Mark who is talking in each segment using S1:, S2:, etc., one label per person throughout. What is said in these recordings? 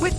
S1: With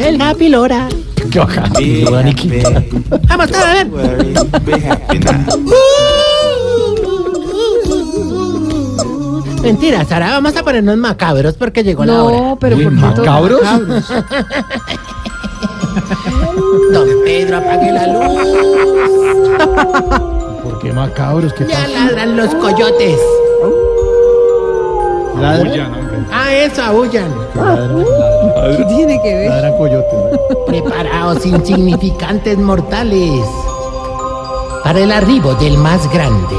S2: El Happy Lora.
S3: Qué hoja, sin duda, ni quita.
S2: Vamos a ver. Mentira, Sara, vamos a ponernos macabros porque llegó la hora.
S4: No, pero
S3: Uy,
S4: ¿por qué todo-
S3: macabros.
S2: Don Pedro, apague la luz.
S3: ¿Por qué macabros? ¿Qué
S2: Ya
S3: pasa?
S2: ladran los coyotes.
S3: Ladran, ladran,
S2: A eso aullan.
S3: ladran,
S4: ¿Qué tiene que ver?
S3: ladran coyotes.
S2: Preparaos, insignificantes mortales, para el arribo del más grande.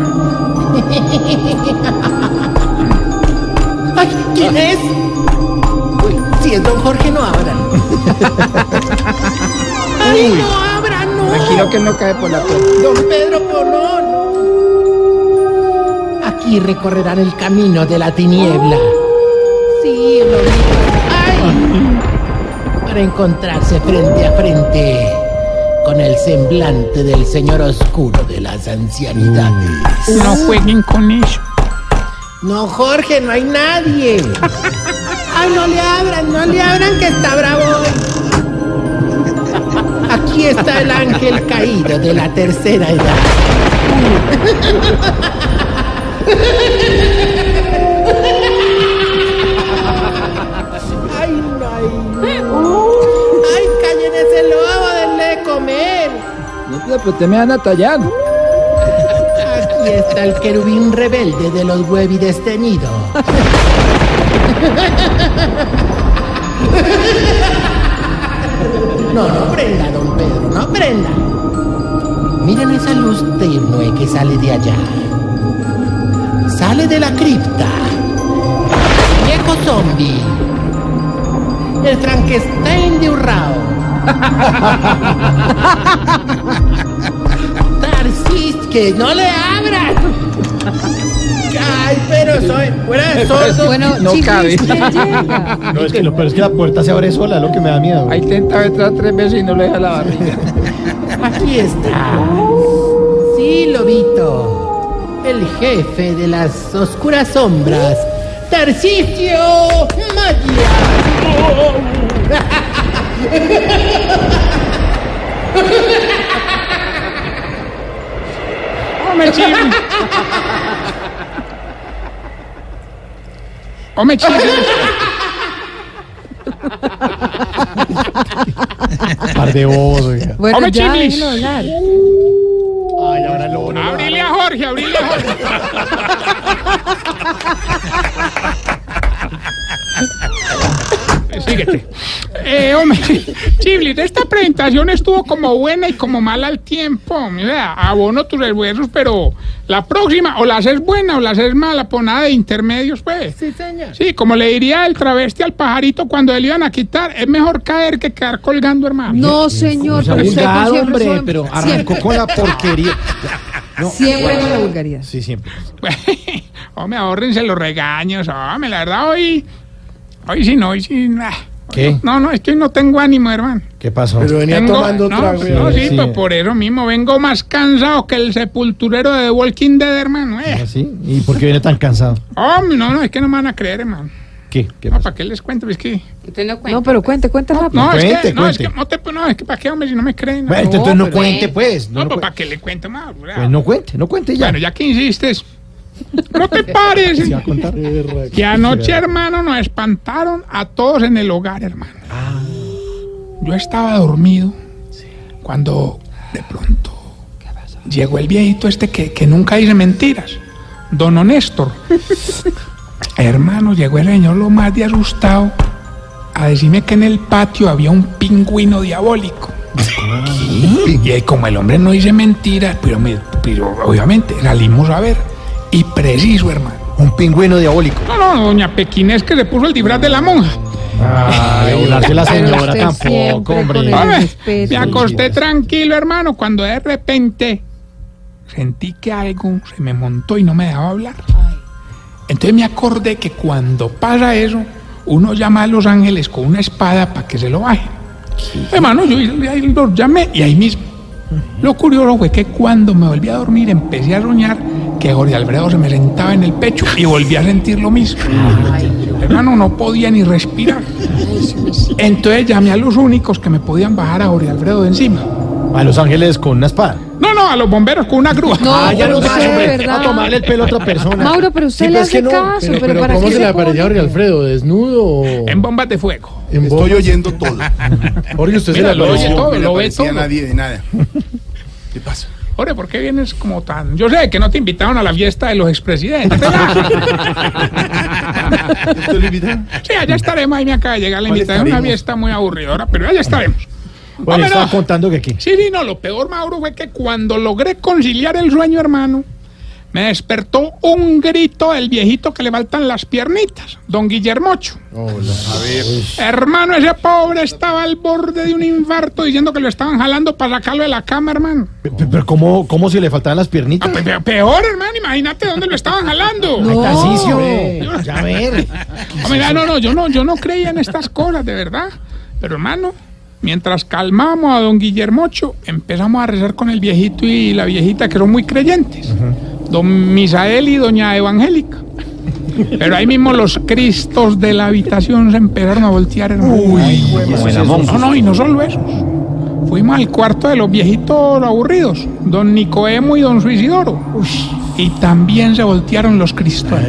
S2: Ay, ¿Quién es? Uy, si es don Jorge, no abran. ¡Ay, no abran, no!
S3: Tranquilo que no cae por la puerta.
S2: Don Pedro Polón. Aquí recorrerán el camino de la tiniebla. Sí, lo digo. ¡Ay! Para encontrarse frente a frente con el semblante del señor oscuro de las ancianidades.
S3: No jueguen con eso.
S2: No, Jorge, no hay nadie. Ay, no le abran, no le abran que está bravo hoy. Aquí está el ángel caído de la tercera edad. Ay, no, ay. Ay, callen ese lobo, denle de comer.
S3: Pues te me van a tallar.
S2: Aquí está el querubín rebelde de los huevi desteñidos. No, no prenda, don Pedro, no prenda. Miren esa luz tenue que sale de allá. Sale de la cripta. Viejo zombie. El Frankenstein de Urrao. Tarsis, que no le abran. Ay, pero soy. Fuera sordo.
S4: Bueno,
S5: No
S4: chiflis,
S5: cabe.
S4: ¿quién llega?
S3: No, es que lo peor es que la puerta se abre sola, es lo que me da miedo.
S5: Ha intentado entrar tres veces y no le deja la barriga.
S2: Aquí está. Sí, Lobito. El jefe de las oscuras sombras. Tarcicio Magia.
S5: ¡Hombre, chiflis! ¡Hombre, chiflis!
S3: Par de bobos, oiga.
S4: Bueno,
S5: Hombre,
S4: ya
S5: chiflis.
S4: déjenlo hablar.
S3: Ay, ahora lo
S5: ¡Abrile a Jorge! ¡Abrile a Jorge! Síguete. Eh, hombre, Chiblis, esta presentación estuvo como buena y como mala al tiempo. Mira, abono tus esfuerzos, pero la próxima, o la haces buena o la haces mala, pues nada de intermedios, pues.
S2: Sí, señor.
S5: Sí, como le diría el travesti al pajarito cuando le iban a quitar, es mejor caer que quedar colgando, hermano.
S4: No, señor. pero usted
S3: Abulgado,
S4: siempre
S3: hombre,
S4: son-
S3: pero
S4: siempre,
S3: arrancó con la porquería.
S4: siempre con la vulgaridad.
S3: Sí, siempre.
S5: Hombre, ahorrense los regaños, hombre, la verdad hoy, hoy sí no, hoy sí, nah.
S3: ¿Qué?
S5: No, no, es que hoy no tengo ánimo, hermano.
S3: ¿Qué pasó?
S5: Vengo- no, No, sí,
S3: Sí.
S5: pues por eso mismo vengo más cansado que el sepulturero de The Walking Dead, hermano. eh.
S3: ¿Así? ¿Y por qué viene tan cansado?
S5: Hombre, no, no, es que no me van a creer, hermano.
S3: ¿Qué? ¿Qué
S5: No,
S3: pasó?
S5: ¿para qué les cuento? Es que,
S4: No, pero cuente, cuente rápido.
S5: no, es que,
S3: cuente,
S5: no, es que,
S3: cuente.
S5: no te, pues, no, es que para qué, hombre, si no me creen. No,
S3: Bueno,
S5: no,
S3: entonces no cuente, pues. No,
S5: pues,
S3: lo cuente.
S5: para qué le cuento más. ¿verdad?
S3: Pues no cuente, no cuente ya.
S5: Bueno, ya que insistes, no te pares.
S3: ¿Se va a contar?
S5: Que anoche, hermano, nos espantaron a todos en el hogar, hermano. Yo estaba dormido cuando de pronto llegó el viejito este que, que nunca dice mentiras, don Néstor. hermano, llegó el señor lo más de asustado a decirme que en el patio había un pingüino diabólico. Y ahí como el hombre no dice mentiras, pero, me- pero obviamente salimos a ver. Y preciso, hermano.
S3: Un pingüino diabólico.
S5: No, no, doña Pequinés que se puso el disfraz de la monja.
S3: Ay, volarse la
S4: Pero
S3: señora
S4: usted
S3: tampoco,
S4: siempre con
S3: hombre.
S4: el-
S5: Hombre,
S4: respeto.
S5: me acosté tranquilo, hermano, cuando de repente sentí que algo se me montó y no me dejaba hablar. Entonces me acordé que cuando pasa eso, uno llama a los ángeles con una espada para que se lo bajen. Hermano, yo ahí los llamé y ahí mismo. Lo curioso fue que cuando me volví a dormir empecé a soñar que Jorge Alfredo se me sentaba en el pecho y volví a sentir lo mismo. Hermano, no podía ni respirar. Entonces llamé a los únicos que me podían bajar a Jorge Alfredo de encima.
S3: A Los Ángeles con una espada.
S5: No, no, a los bomberos con una grúa.
S4: No,
S3: Ah, ya
S4: pero
S3: lo
S4: usted,
S3: más, hombre.
S4: ¿verdad?
S3: A tomarle el pelo a otra persona.
S4: Mauro, pero usted
S6: Sí,
S4: le
S6: pero es
S4: hace
S6: que no,
S4: caso, pero,
S6: pero
S4: para
S6: ¿cómo
S4: qué
S6: se le aparece a Jorge
S4: pone?
S6: Alfredo? ¿Desnudo?
S5: En bombas de fuego.
S6: En
S7: Em, Estoy
S6: boca.
S7: oyendo todo.
S6: Jorge, usted
S5: Mira,
S6: se le
S5: lo oye
S6: apareció.
S5: todo,
S7: No me
S5: lo ve
S7: parecía
S5: todo.
S7: nadie de nada. ¿Qué pasa?
S5: Jorge, ¿por qué vienes como tan.? Yo sé que no te invitaron a la fiesta de los expresidentes.
S7: ¿Usted lo invita?
S5: sí, allá estaremos. Ahí me acaba de llegar la
S7: ¿Cuál
S5: invitación. Una
S7: estaremos?
S5: fiesta muy aburridora, pero allá estaremos.
S3: Bueno,
S5: Hombre,
S3: estaba
S5: no.
S3: contando que aquí.
S5: Sí, sí, no, lo peor, Mauro, fue que cuando logré conciliar el sueño, hermano, me despertó un grito del viejito que le faltan las piernitas, don Guillermocho. Hermano, ese pobre estaba al borde de un infarto diciendo que lo estaban jalando para sacarlo de la cama, hermano.
S3: Pe- pe- Pero ¿cómo, cómo si le faltaban las
S5: Ah, pues,
S3: piernitas?
S5: pe- pe- peor, hermano, imagínate dónde lo estaban jalando.
S4: No.
S3: Tarcisio, ya ver.
S5: Hombre, ah, no, no, no, yo no, yo no creía en estas cosas, de verdad. Pero hermano, mientras calmamos a don Guillermocho, empezamos a rezar con el viejito y la viejita, que son muy creyentes. Don Misael y doña Evangélica. Pero ahí mismo los cristos de la habitación se empezaron a voltear, hermano. No, no, y no solo esos. Fuimos al cuarto de los viejitos aburridos, don Nicoemo y don Suicidoro. Y también se voltearon los cristos.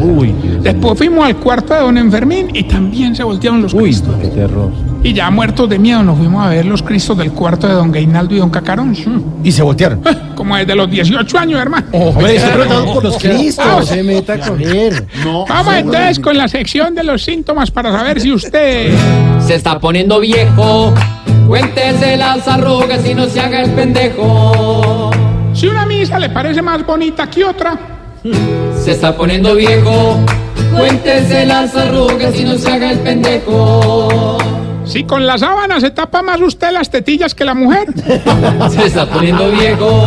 S3: Uy,
S5: Después fuimos al cuarto de don Enfermín y también se voltearon los cristos.
S3: qué terror.
S5: Y ya muertos de miedo nos fuimos a ver los cristos del cuarto de don Gainaldo y don Cacarón.
S3: Y se voltearon.
S5: Como desde los 18 años, hermano.
S3: Hombre, se preguntado por los
S6: No
S3: cristos.
S6: se meta con él.
S7: No.
S5: Vamos entonces con la sección de los síntomas para saber si usted...
S8: Se está poniendo viejo. Cuéntese las arrugas y no se haga el pendejo.
S5: Si una misa le parece más bonita que otra,
S8: Se está poniendo viejo. Cuéntese las arrugas y no se haga el pendejo.
S5: si con la sábana se tapa más usted las tetillas que la mujer.
S8: Ah, Se está poniendo viejo.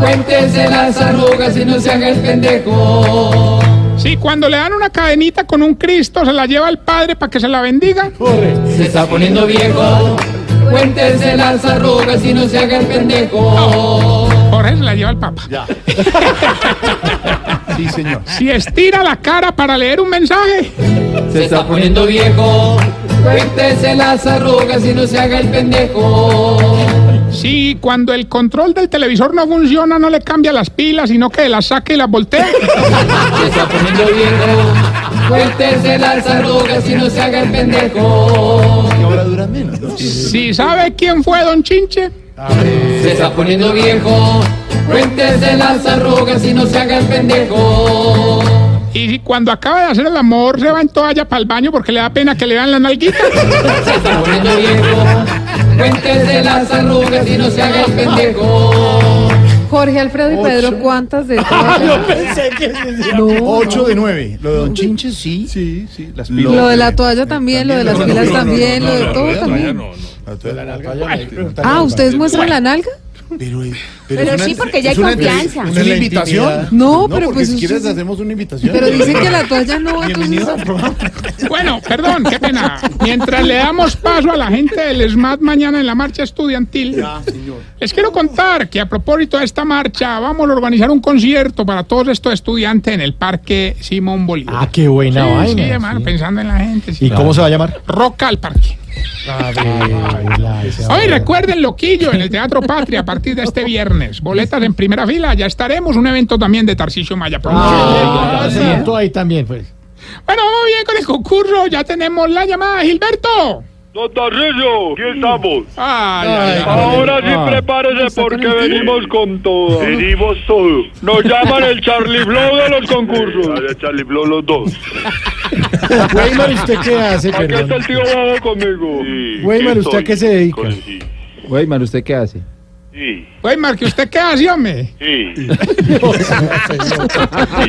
S8: Cuéntese las arrugas y no se haga el pendejo.
S5: Si cuando le dan una cadenita con un Cristo se la lleva el padre para que se la bendiga.
S8: Se está poniendo viejo. Cuéntese las arrugas y no se haga el pendejo.
S5: Jorge se la lleva el papa.
S7: Sí, señor.
S5: Si estira la cara para leer un mensaje.
S8: Se está poniendo viejo. Cuéntese las arrugas y no se haga el pendejo.
S5: Si cuando el control del televisor no funciona, no le cambia las pilas, sino que las saque y las voltea.
S8: Se está poniendo viejo. Cuéntese las arrugas y no se haga el pendejo.
S7: Que ahora dura menos, ¿no?
S5: si sabe quién fue Don Chinche.
S8: Se está poniendo viejo. Cuéntese las arrugas y no se haga el pendejo.
S5: Y si cuando acaba de hacer el amor se va en toalla para el baño porque le da pena que le dan la nalguita.
S8: Se está poniendo viejo. Cuéntese las arrugas y no se haga el pendejo.
S4: Jorge, Alfredo y Pedro, ¿cuántas de
S3: Ah, Yo pensé que se
S7: Ocho de nueve. Lo de Don Chinche, sí. Sí, sí. Las pilas.
S4: Lo de la toalla también, lo de las pilas también, lo de todo también. Ah, ¿ustedes muestran la nalga?
S7: Pero, eh,
S9: Pero sí, porque ya hay confianza.
S7: ¿Es una invitación?
S4: No, pero
S7: porque
S4: pues
S7: si
S4: usted-
S7: quieres hacemos una invitación.
S4: Pero dicen que la toalla no, entonces...
S5: bueno, perdón, qué pena. Mientras le damos paso a la gente del SMAT mañana en la marcha estudiantil. Les quiero contar que a propósito de esta marcha vamos a organizar un concierto para todos estos estudiantes en el Parque Simón Bolívar.
S3: Ah, qué buena
S5: Sí,
S3: vaina.
S5: sí, hermano,
S3: sí.
S5: pensando en la gente. sí.
S3: ¿Y cómo se va a llamar?
S5: Roca al parque. Hoy recuerden Loquillo en el Teatro Patria a partir de este viernes. Boletas en primera fila, ya estaremos. Un evento también de Tarcisio Maya.
S3: Ah, siento ahí también, pues.
S5: Bueno, vamos bien con el concurso. Ya tenemos la llamada, Gilberto.
S8: Don Tarrillo, aquí estamos.
S5: Ay, ay, ay.
S8: Ahora sí prepárese porque venimos con todo. Venimos todo. Nos llaman el Charlie Blow de los concursos. El Charlie Blow los dos.
S3: Weimar, ¿usted qué hace,
S8: Aquí está
S3: perdón?
S8: el tío Babo conmigo.
S3: Weimar, ¿usted a qué se dedica?
S8: Weimar, ¿usted qué hace? Sí.
S5: Weimar, que Pues, usted qué hace, hombre.
S8: Sí.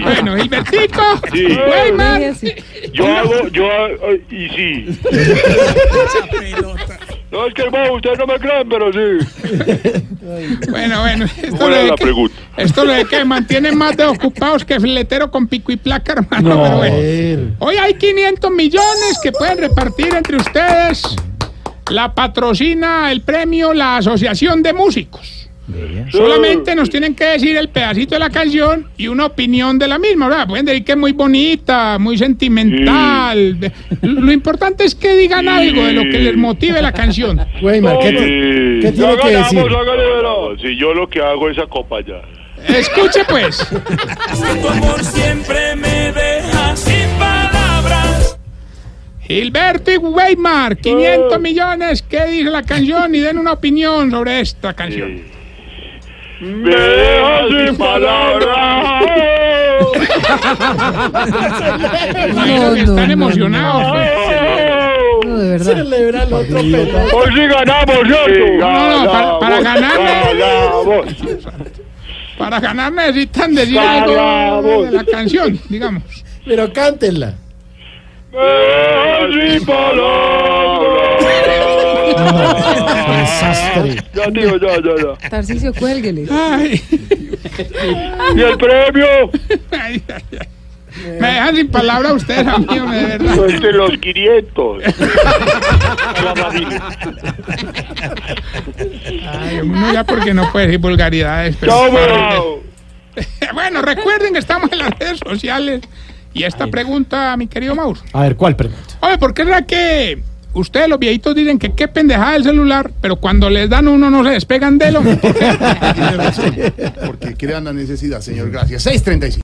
S5: Bueno, Gilbertico.
S8: Sí.
S5: Weimar.
S8: Yo hago, yo hago, y sí. No, es que hermano, ustedes no me creen, pero sí.
S5: Bueno, bueno. Esto
S8: ¿Cuál
S5: lo,
S8: era
S5: de
S8: la
S5: que,
S8: pregunta?
S5: esto lo de que mantiene más de ocupados que filetero con pico y placa, hermano. pero bueno. Hoy hay 500 millones que pueden repartir entre ustedes. La patrocina el premio la Asociación de Músicos. Solamente nos tienen que decir el pedacito de la canción y una opinión de la misma. ¿verdad? Pueden decir que es muy bonita, muy sentimental. Lo importante es que digan algo de lo que les motive la canción.
S3: Weimar, ¿qué,
S8: Sí.
S3: qué tiene
S8: Ya
S3: que
S8: ganamos,
S3: decir?
S8: hágale, verá. Sí, yo lo que hago es acompañar.
S5: Escuche pues.
S10: Tu amor siempre me deja sin palabras.
S5: Gilberto y Weimar,
S8: Oh.
S5: 500 millones. ¿Qué dice la canción? Y den una opinión sobre esta canción. Mm.
S8: Me deja sin palabras.
S5: Bueno, que están emocionados. pues.
S4: No, de verdad.
S3: Celebra el otro pelado.
S8: Hoy sí ganamos, ¿cierto?
S5: No, no, para- para ganarme.
S8: Ganamos.
S5: Para ganar necesitan decir algo
S8: Cagamos.
S5: de la canción, digamos.
S3: Pero cántenla.
S8: Me deja sin palabras.
S3: Desastre.
S8: Ya, tío, ya, ya, ya.
S4: Tarcicio, cuélguele.
S5: Ay,
S8: ¿Y el premio?
S5: ay, ay, ay. Me dejan sin palabra ustedes, amigos, de verdad.
S8: Pues de los 500. La familia.
S5: Ay, uno ya porque no puede decir vulgaridades. pero- Eh,
S8: Chao, bravo.
S5: Bueno, recuerden que estamos en las redes sociales. Y esta pregunta, mi querido Mauro.
S3: A ver, ¿cuál pregunta?
S5: Oye, ¿por qué será que ustedes los viejitos dicen que qué pendejada el celular, pero cuando les dan uno no se despegan de él? hombre?
S7: Porque crea la necesidad, señor. Gracias. 635.